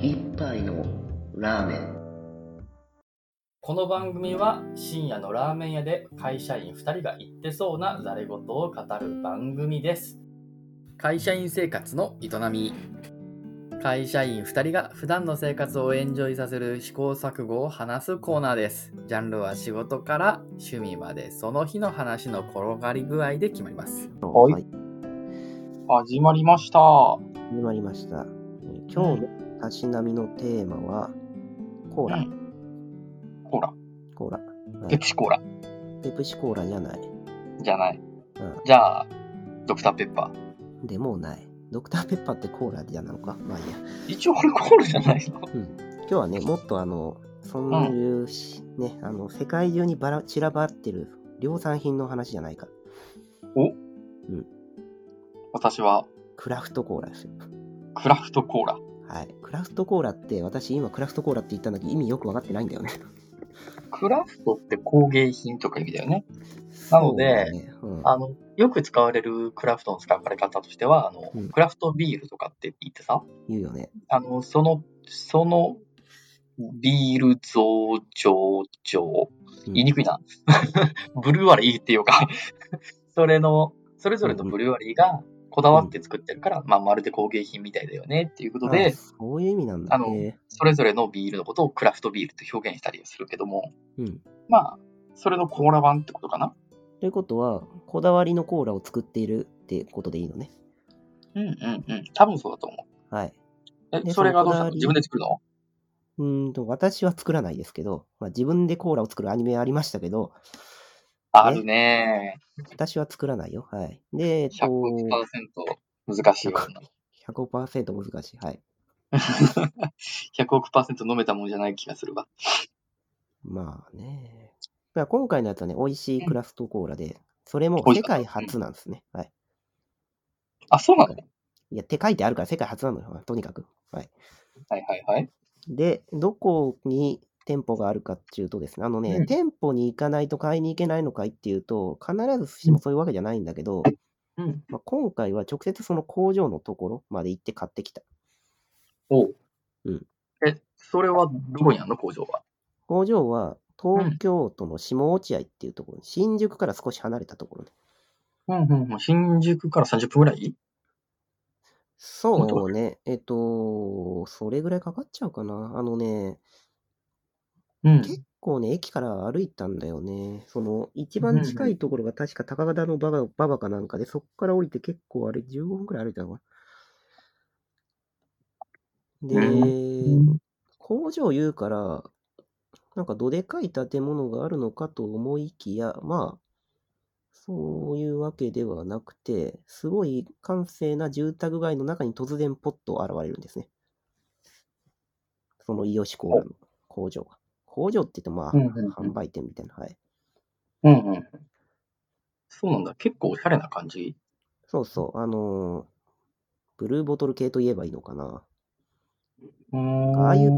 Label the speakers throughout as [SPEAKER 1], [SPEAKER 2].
[SPEAKER 1] 一杯のラーメン
[SPEAKER 2] この番組は深夜のラーメン屋で会社員2人が言ってそうなざれ言を語る番組です
[SPEAKER 3] 会社員生活の営み
[SPEAKER 2] 会社員2人が普段の生活をエンジョイさせる試行錯誤を話すコーナーですジャンルは仕事から趣味までその日の話の転がり具合で決まります
[SPEAKER 4] はい
[SPEAKER 5] 始まりました。
[SPEAKER 4] 始まりました。えー今日のたしなみのテーマは、コーラ、
[SPEAKER 5] うんコーラ。
[SPEAKER 4] コーラ。はい
[SPEAKER 5] ペプシコーラ。
[SPEAKER 4] ペプシコーラじゃない。
[SPEAKER 5] じゃない。
[SPEAKER 4] う
[SPEAKER 5] じゃあ、ドクターペッパー。
[SPEAKER 4] ん。でもうない。ドクターペッパーってコーラじゃなのかまあいいや。
[SPEAKER 5] 一応これコーラじゃないの。
[SPEAKER 4] 今日はね、もっとあの、そういうし、ね、あの、世界中にばら散らばってる量産品の話じゃないか。
[SPEAKER 5] 私は、
[SPEAKER 4] クラフトコーラですよ。
[SPEAKER 5] クラフトコーラ。
[SPEAKER 4] はい。クラフトコーラって、私今クラフトコーラって言ったんだけど、意味よくわかってないんだよね。
[SPEAKER 5] クラフトって工芸品とか意味だよね。なので
[SPEAKER 4] そうねうん、
[SPEAKER 5] あの、よく使われるクラフトの使われ方としては、あの、
[SPEAKER 4] うん
[SPEAKER 5] クラフトビールとかって言ってさ、
[SPEAKER 4] 言うよね。
[SPEAKER 5] あの、その、その、ビール増上場
[SPEAKER 4] うん
[SPEAKER 5] 言いにくいな。 ブルワリーっていうか、 それの、それぞれのブルワリーがこだわって作ってるから、まあ、まるで工芸品みたいだよねっていうこと
[SPEAKER 4] あ
[SPEAKER 5] で、
[SPEAKER 4] そういう意味なんだ
[SPEAKER 5] あの
[SPEAKER 4] ね。
[SPEAKER 5] それぞれのビールのことをクラフトビールと表現したりするけども、
[SPEAKER 4] うん。
[SPEAKER 5] まあ、それのコーラ版ってことかな。
[SPEAKER 4] ということは、こだわりのコーラを作っているってことでいいのね。
[SPEAKER 5] うんうんうん。多分そうだと思
[SPEAKER 4] はい。
[SPEAKER 5] う。え、
[SPEAKER 4] ね
[SPEAKER 5] それがどうし
[SPEAKER 4] そのこだわ
[SPEAKER 5] たの
[SPEAKER 4] り
[SPEAKER 5] 自分で作るの
[SPEAKER 4] うーんと、私は作らないですけど、まあ、自分でコーラを作るアニメありましたけど、
[SPEAKER 5] あるね。
[SPEAKER 4] 私は作らないよ。はい。で、えっと、
[SPEAKER 5] 100%難しいわ。
[SPEAKER 4] 100%難しい。はい。
[SPEAKER 5] 100億パーセント飲めたもんじゃない気がするわ。
[SPEAKER 4] まあね。だから今回のやつはね、美味しいクラフトコーラで、それも
[SPEAKER 5] 美味
[SPEAKER 4] 世
[SPEAKER 5] しかった
[SPEAKER 4] 界初なんですね。はい。
[SPEAKER 5] あ、そうなのはい
[SPEAKER 4] いや、って書いてあるから世界初なのよ。とにかく。はい。
[SPEAKER 5] はいはい。
[SPEAKER 4] で、どこに店舗があるかっていうとですね、あのね、
[SPEAKER 5] うん
[SPEAKER 4] 店舗に行かないと買いに行けないのかいっていうと、必ずしもそういうわけじゃないんだけど、
[SPEAKER 5] うん。
[SPEAKER 4] まあ、今回は直接その工場のところまで行って買ってきた。
[SPEAKER 5] おう。
[SPEAKER 4] うん。
[SPEAKER 5] え、それはどこにあるの工場は。
[SPEAKER 4] 工場は東京都の下落合っていうところ、新宿から少し離れたところね。
[SPEAKER 5] うんうんうん。新宿から30分ぐらい
[SPEAKER 4] そうね、えっと、それぐらいかかっちゃうかな。あのね、
[SPEAKER 5] うん
[SPEAKER 4] 結構ね、駅から歩いたんだよね。その、一番近いところが確か高田の馬場馬場かなんかで、そっから降りて結構あれ、15分くらい歩いたのかな。で、
[SPEAKER 5] う
[SPEAKER 4] 工場言うから、なんかどでかい建物があるのかと思いきや、まあ、そういうわけではなくて、すごい閑静な住宅街の中に突然ポッと現れるんですね。その伊予市工の工場が。工場って言ってもまあ、
[SPEAKER 5] うんうんうん
[SPEAKER 4] 販売店みたいな。はい。
[SPEAKER 5] うんうん。そうなんだ。結構おしゃれな感じ。
[SPEAKER 4] そうそう。あのーブルーボトル系と言えばいいのかな。
[SPEAKER 5] うーん
[SPEAKER 4] ああいう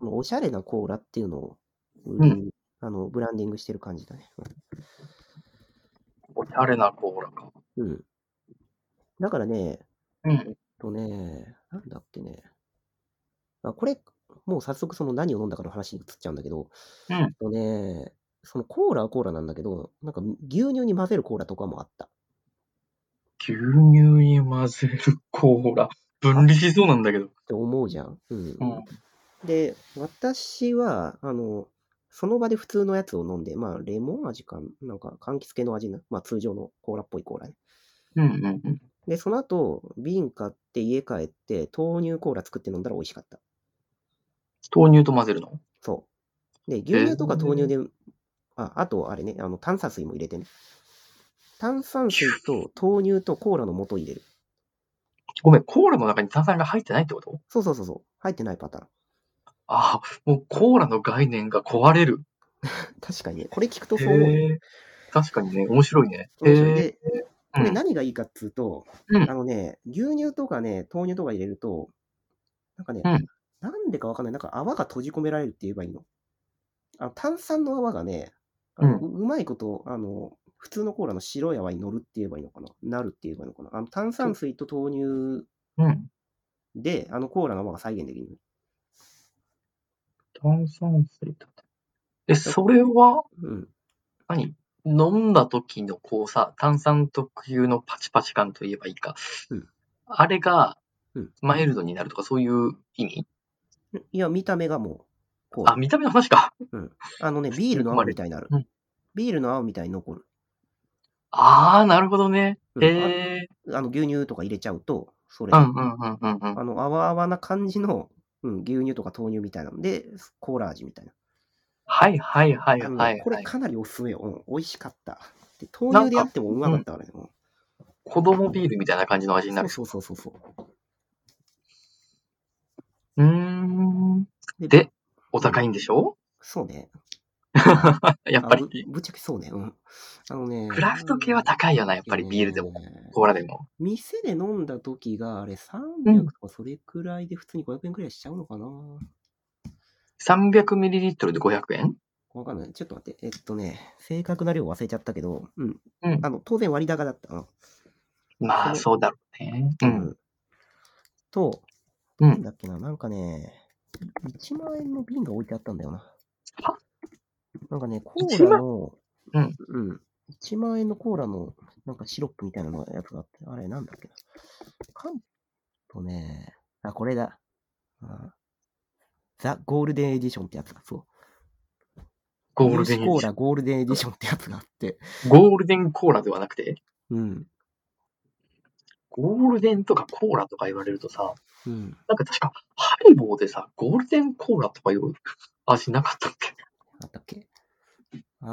[SPEAKER 4] そのおしゃれなコーラっていうのを売りに、あのブランディングしてる感じだね。
[SPEAKER 5] おしゃれなコーラか。
[SPEAKER 4] うん。だからね、
[SPEAKER 5] うん。
[SPEAKER 4] えっとね、なんだっけね。あこれ、もう早速その何を飲んだかの話に移っちゃうんだけど、
[SPEAKER 5] うん
[SPEAKER 4] えっとね、そのコーラはコーラなんだけど、なんか牛乳に混ぜるコーラとかもあった。
[SPEAKER 5] 牛乳に混ぜるコーラ。分離しそうなんだけど。
[SPEAKER 4] って思うじゃん。うん。
[SPEAKER 5] うん。
[SPEAKER 4] で、私は、あの、その場で普通のやつを飲んで、まあ、レモン味か、なんか、柑橘系の味な、まあ、通常のコーラっぽいコーラね。
[SPEAKER 5] うんうんうん。
[SPEAKER 4] で、その後、瓶買って家帰って、豆乳コーラ作って飲んだら美味しかった。
[SPEAKER 5] 豆乳と混ぜるの
[SPEAKER 4] そう。で、牛乳とか豆乳で、ああと、あれね、あの炭酸水も入れてね。炭酸水と豆乳とコーラの素入れる。
[SPEAKER 5] ごめん、コーラの中に炭酸が入ってないってこと
[SPEAKER 4] そうそうそうそう。入ってないパターン。
[SPEAKER 5] ああ、もうコーラの概念が壊れる。
[SPEAKER 4] 確かにね、これ聞くと
[SPEAKER 5] へ
[SPEAKER 4] そう思う。
[SPEAKER 5] え。確かにね、面白いね。
[SPEAKER 4] そうそう
[SPEAKER 5] へえ。
[SPEAKER 4] で、これ
[SPEAKER 5] うん
[SPEAKER 4] 何がいいかっつうと、
[SPEAKER 5] うん
[SPEAKER 4] あのね、牛乳とかね、豆乳とか入れると、なんかね、
[SPEAKER 5] うん
[SPEAKER 4] なんでかわかんない、なんか泡が閉じ込められるって言えばいいの。あの炭酸の泡がね、あのううまいこと、あの、普通のコーラの白い泡に乗るって言えばいいのかな。なるって言えばいいのかな。あの炭酸水と豆乳
[SPEAKER 5] うん。
[SPEAKER 4] で、あのコーラの泡が再現できるの。
[SPEAKER 5] 炭酸水と。え、それは、
[SPEAKER 4] うん。
[SPEAKER 5] 何飲んだ時のこうさ、炭酸特有のパチパチ感といえばいいか。
[SPEAKER 4] うん
[SPEAKER 5] あれが
[SPEAKER 4] うん、
[SPEAKER 5] マイルドになるとか、そういう意味
[SPEAKER 4] いや、見た目がもう、こう。
[SPEAKER 5] あ、見た目の話か。
[SPEAKER 4] あのね、ビールの青みたいになる
[SPEAKER 5] うん。
[SPEAKER 4] ビールの青みたいに残る。
[SPEAKER 5] あー、なるほどね。
[SPEAKER 4] うん
[SPEAKER 5] へえ。
[SPEAKER 4] あの、牛乳とか入れちゃうと、それ、
[SPEAKER 5] うん
[SPEAKER 4] あ
[SPEAKER 5] うんうんうんうん。
[SPEAKER 4] の、泡々な感じの、うん、牛乳とか豆乳みたいなので、コーラ味みたいな。
[SPEAKER 5] はいはいはい
[SPEAKER 4] あのね
[SPEAKER 5] はい
[SPEAKER 4] こ
[SPEAKER 5] は
[SPEAKER 4] れ
[SPEAKER 5] い。
[SPEAKER 4] かなりおすすめよ。うん、美味しかった。で豆乳でやってもうまかったからね。うん
[SPEAKER 5] 子供ビールみたいな感じの味になる。
[SPEAKER 4] そうそうそうそう。
[SPEAKER 5] うーん。
[SPEAKER 4] で
[SPEAKER 5] でお高いんでしょ
[SPEAKER 4] そうね。
[SPEAKER 5] やっぱり
[SPEAKER 4] あ。ぶぶっちゃけそうね。うん。あのね。
[SPEAKER 5] クラフト系は高いよな、やっぱりビールでも、
[SPEAKER 4] ね
[SPEAKER 5] コーラでも。
[SPEAKER 4] 店で飲んだ時が、あれ
[SPEAKER 5] うん
[SPEAKER 4] 300とかそれくらいで普通に500円くらいしちゃうのかな、
[SPEAKER 5] 300ml で500円
[SPEAKER 4] わかんない。ちょっと待って。えっとね、正確な量忘れちゃったけど、うん。
[SPEAKER 5] うん
[SPEAKER 4] あの、当然割高だったの。
[SPEAKER 5] まあ、そうだろうね。うん。
[SPEAKER 4] と、
[SPEAKER 5] うん
[SPEAKER 4] なんだっけな、なんかね、1万円の瓶が置いてあったんだよな。
[SPEAKER 5] は
[SPEAKER 4] なんかね、コーラの、
[SPEAKER 5] 1万
[SPEAKER 4] うん。1万円のコーラの、なんかシロップみたいなのやつがあって、あれなんだっけな。カンとね、あ、これだ。あザ・ゴールデンエディションってやつだ。そう。
[SPEAKER 5] ゴールデン
[SPEAKER 4] 有志コーラゴールデンエディションってやつがあって。
[SPEAKER 5] ゴールデンコーラではなくて、
[SPEAKER 4] うん。
[SPEAKER 5] ゴールデンとかコーラとか言われるとさ、
[SPEAKER 4] うん。
[SPEAKER 5] なんか確か、ハイボーでさ、ゴールデンコーラとかいう味なかったっけ
[SPEAKER 4] あったっけあ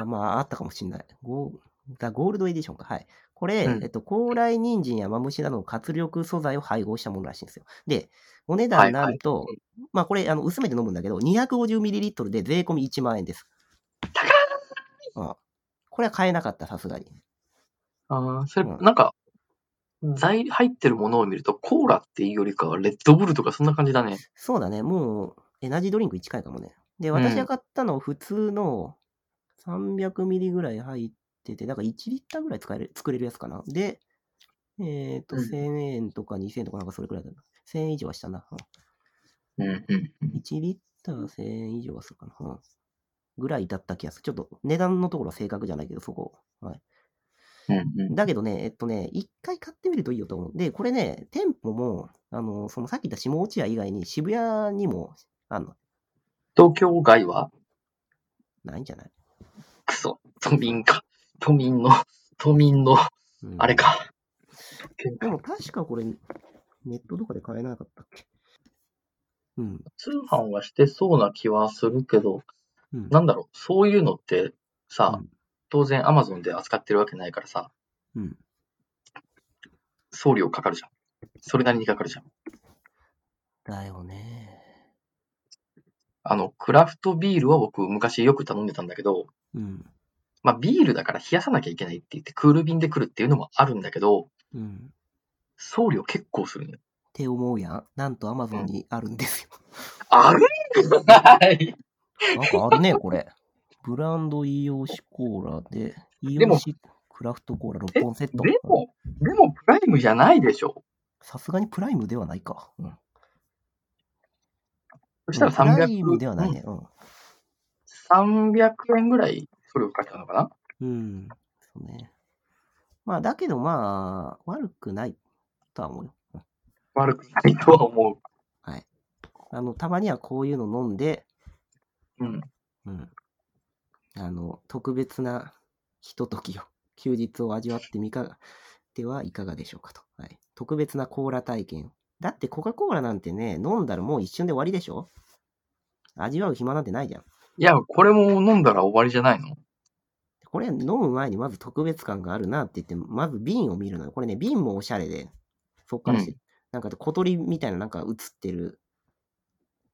[SPEAKER 4] あ、まあ、あったかもしんない。ゴーザ・ゴールドエディションか。はい。これ、
[SPEAKER 5] うん
[SPEAKER 4] えっと、高麗人参やマムシなどの活力素材を配合したものらしいんですよ。で、お値
[SPEAKER 5] はいは
[SPEAKER 4] 段
[SPEAKER 5] い
[SPEAKER 4] なんと、まあ、これ、あの、薄めて飲むんだけど、250ml で税込み1万円です。
[SPEAKER 5] 高い
[SPEAKER 4] うん。これは買えなかった、さすがに。
[SPEAKER 5] ああ、それ、
[SPEAKER 4] うん
[SPEAKER 5] なんか、材、入ってるものを見ると、コーラっていうよりかは、レッドブルとかそんな感じだね。
[SPEAKER 4] そうだね、もう、エナジードリンク1回かもね。で、
[SPEAKER 5] ん
[SPEAKER 4] 私が買ったの、普通の 300ml ぐらい入ってて、だから1リッターぐらい使える作れるやつかな。で、えっ、と、
[SPEAKER 5] うん
[SPEAKER 4] 1000円とか2000円とかなんかそれくらいだな。1000円以上はしたな。う
[SPEAKER 5] うんうんうん
[SPEAKER 4] ん1リッター1000円以上はするかな。うんぐらいだった気がする。ちょっと値段のところは正確じゃないけど、そこ。はい。
[SPEAKER 5] うんうん。
[SPEAKER 4] だけどね、えっとね、一回買ってみるといいよと思う。で、これね、店舗も、あの、そのさっき言った下落合以外に渋谷にも、あの、
[SPEAKER 5] 東京外は
[SPEAKER 4] ないんじゃない
[SPEAKER 5] クソ、都民か。都民の、都民の、
[SPEAKER 4] うん
[SPEAKER 5] あれ。か。
[SPEAKER 4] でも確かこれ、ネットとかで買えなかったっけうん。
[SPEAKER 5] 通販はしてそうな気はするけど、
[SPEAKER 4] うん
[SPEAKER 5] なんだろう、そういうのってさ、
[SPEAKER 4] うん
[SPEAKER 5] 当然 Amazon で扱ってるわけないからさ、
[SPEAKER 4] うん。
[SPEAKER 5] 送料かかるじゃん。それなりにかかるじゃん。
[SPEAKER 4] だよね。
[SPEAKER 5] あの、クラフトビールは僕昔よく頼んでたんだけど、
[SPEAKER 4] うん。
[SPEAKER 5] まあビールだから冷やさなきゃいけないって言ってクール便で来るっていうのもあるんだけど、
[SPEAKER 4] うん。
[SPEAKER 5] 送料結構するね。
[SPEAKER 4] って思うやん。なんと Amazon にあるん ですよ。
[SPEAKER 5] あるんかい
[SPEAKER 4] なんかあるね、これ。ブランドイオシコーラで、イ
[SPEAKER 5] でも
[SPEAKER 4] オシクラフトコーラ6本セット。
[SPEAKER 5] でも、でもプライムじゃないでしょ。
[SPEAKER 4] さすがにプライムではないか。うん。
[SPEAKER 5] そしたら
[SPEAKER 4] プラ
[SPEAKER 5] 300
[SPEAKER 4] イムではないね。うん。
[SPEAKER 5] うん300円ぐらい送料かかったのかな
[SPEAKER 4] うん。そうね。まあ、だけどまあ、悪くないとは思うよ。うん
[SPEAKER 5] 悪くないとは思
[SPEAKER 4] はい。あの、たまにはこういうの飲んで、
[SPEAKER 5] う。うん。
[SPEAKER 4] うん。あの、特別なひとときを、 休日を味わってみかがではいかがでしょうかと。はい。特別なコーラ体験を。だってコカ・コーラなんてね、飲んだらもう一瞬で終わりでしょ味わう暇なんてないじゃん。
[SPEAKER 5] いや、これも飲んだら終わりじゃないの
[SPEAKER 4] これ飲む前にまず特別感があるなって言って、まず瓶を見るのよ。これね、瓶もおしゃれで、そっからして、
[SPEAKER 5] う
[SPEAKER 4] なんか小鳥みたいななんか映ってる、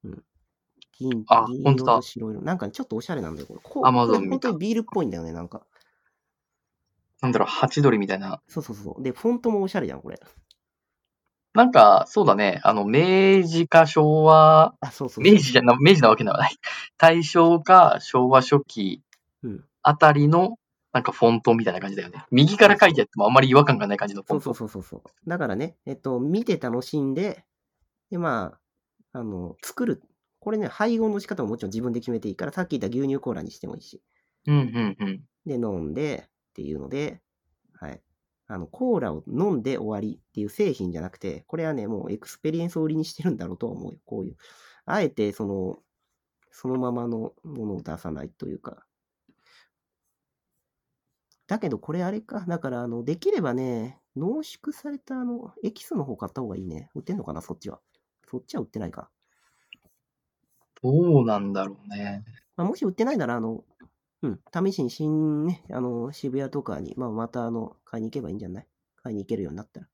[SPEAKER 4] うん。銀
[SPEAKER 5] あ
[SPEAKER 4] 銀
[SPEAKER 5] ほん
[SPEAKER 4] 色
[SPEAKER 5] とだ
[SPEAKER 4] と白色。なんかちょっとおしゃれなんだよ、これ。こう
[SPEAKER 5] Amazon
[SPEAKER 4] これ本当にビールっぽいんだよね、なんか。
[SPEAKER 5] なんだろう、ハチドリみたいな。
[SPEAKER 4] そうそうそう。で、フォントもおしゃれじゃん、これ。
[SPEAKER 5] なんか、そうだね、あの、明治か昭和、
[SPEAKER 4] あ、そうそうそう。
[SPEAKER 5] 明治じゃな、明治なわけではない。大正か昭和初期
[SPEAKER 4] うん。
[SPEAKER 5] あたりの、なんかフォントみたいな感じだよね。右から書いてあってもあんまり違和感がない感じのフォ
[SPEAKER 4] そ
[SPEAKER 5] ン
[SPEAKER 4] う
[SPEAKER 5] ト。
[SPEAKER 4] そうそうそうそう。だからね、えっと、見て楽しんで、で、まあ、あの、作るこれね、配合の仕方ももちろん自分で決めていいから、さっき言った牛乳コーラにしてもいいし。
[SPEAKER 5] うんうんうん。
[SPEAKER 4] で、飲んでっていうので、はい。あの、コーラを飲んで終わりっていう製品じゃなくて、これはね、もうエクスペリエンスを売りにしてるんだろうとは思うよ。こういう。あえて、その、そのままのものを出さないというか。だけど、これあれか。だから、あの、できればね、濃縮された、あの、エキスの方買った方がいいね。売ってんのかな、そっちは。そっちは売ってないか。
[SPEAKER 5] どうなんだろうね。
[SPEAKER 4] まあ、もし売ってないなら、あの、うん、試しに新、ね、あの、渋谷とかに、まあ、また、あの、買いに行けばいいんじゃない買いに行けるようになったら。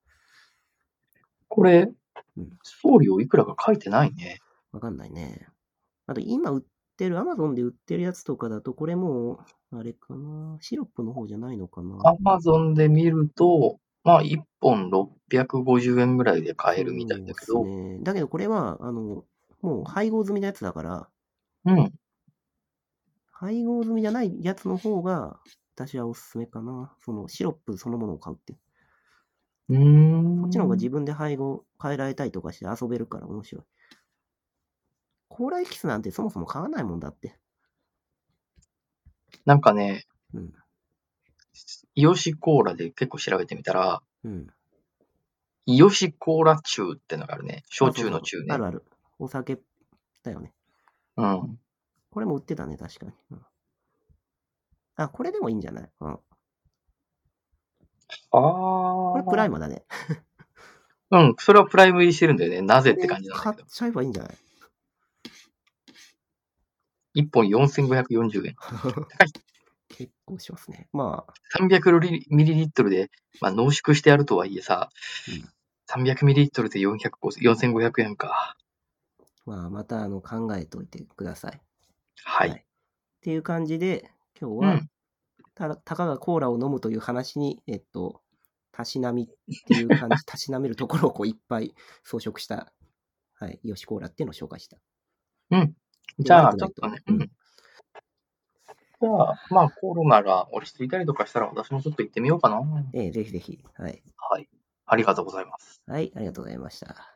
[SPEAKER 5] これ
[SPEAKER 4] うん、
[SPEAKER 5] 送料いくらか書いてないね。
[SPEAKER 4] わかんないね。あと、今売ってる、Amazon で売ってるやつとかだと、これもう、あれかな、シロップの方じゃないのかな。
[SPEAKER 5] アマゾンで見ると、まあ、1本650円ぐらいで買えるみたいだけ
[SPEAKER 4] そう
[SPEAKER 5] ど、
[SPEAKER 4] っすね。だけど、これは、あの、もう配合済みのやつだから、
[SPEAKER 5] うん。
[SPEAKER 4] 配合済みじゃないやつの方が、私はおすすめかな。その、シロップそのものを買うっていう。
[SPEAKER 5] うーん。
[SPEAKER 4] こっちの方が自分で配合変えられたりとかして遊べるから面白い。コーラエキスなんてそもそも買わないもんだって。
[SPEAKER 5] なんかね、
[SPEAKER 4] うん。
[SPEAKER 5] イヨシコーラで結構調べてみたら、
[SPEAKER 4] うん。
[SPEAKER 5] イヨシコーラ中ってのがあるね。焼酎の中
[SPEAKER 4] あそ。う
[SPEAKER 5] ね
[SPEAKER 4] そうあるある。お酒だよね。
[SPEAKER 5] うん。
[SPEAKER 4] これも売ってたね、確かに。うん、あ、これでもいいんじゃないうん。
[SPEAKER 5] あ
[SPEAKER 4] こ
[SPEAKER 5] こ
[SPEAKER 4] れプライムだね。
[SPEAKER 5] うん、それはプライム入りしてるんだよね。なぜって感じなんだ
[SPEAKER 4] 買っ
[SPEAKER 5] けど。
[SPEAKER 4] ちゃえばいいん じゃない
[SPEAKER 5] 1本4540円。
[SPEAKER 4] 結構しますね。まあ、
[SPEAKER 5] 300ミリリットルで、まあ、濃縮してあるとはいえさ、
[SPEAKER 4] うん
[SPEAKER 5] 300ミリリットルで400 4500円か。
[SPEAKER 4] まあ、またあの考えておいてください。
[SPEAKER 5] はい。
[SPEAKER 4] はいっていう感じで、今日
[SPEAKER 5] う
[SPEAKER 4] は、
[SPEAKER 5] ん。
[SPEAKER 4] ただたかがコーラを飲むという話に、えっと、たしなみっていう感じ、たしなめるところをこういっぱい装飾した、はい、よしコーラっていうのを紹介した。
[SPEAKER 5] じゃあ、
[SPEAKER 4] う
[SPEAKER 5] ち
[SPEAKER 4] ま
[SPEAKER 5] ょ
[SPEAKER 4] くな
[SPEAKER 5] っと
[SPEAKER 4] い
[SPEAKER 5] ね。
[SPEAKER 4] と
[SPEAKER 5] うん。じゃあ、まあ、コロナが落ち着いたりとかしたら、私もちょっと行ってみようかな。
[SPEAKER 4] ええ、ぜひぜひ。はい。
[SPEAKER 5] はい。ありがとうございます。
[SPEAKER 4] はい、ありがとうございました。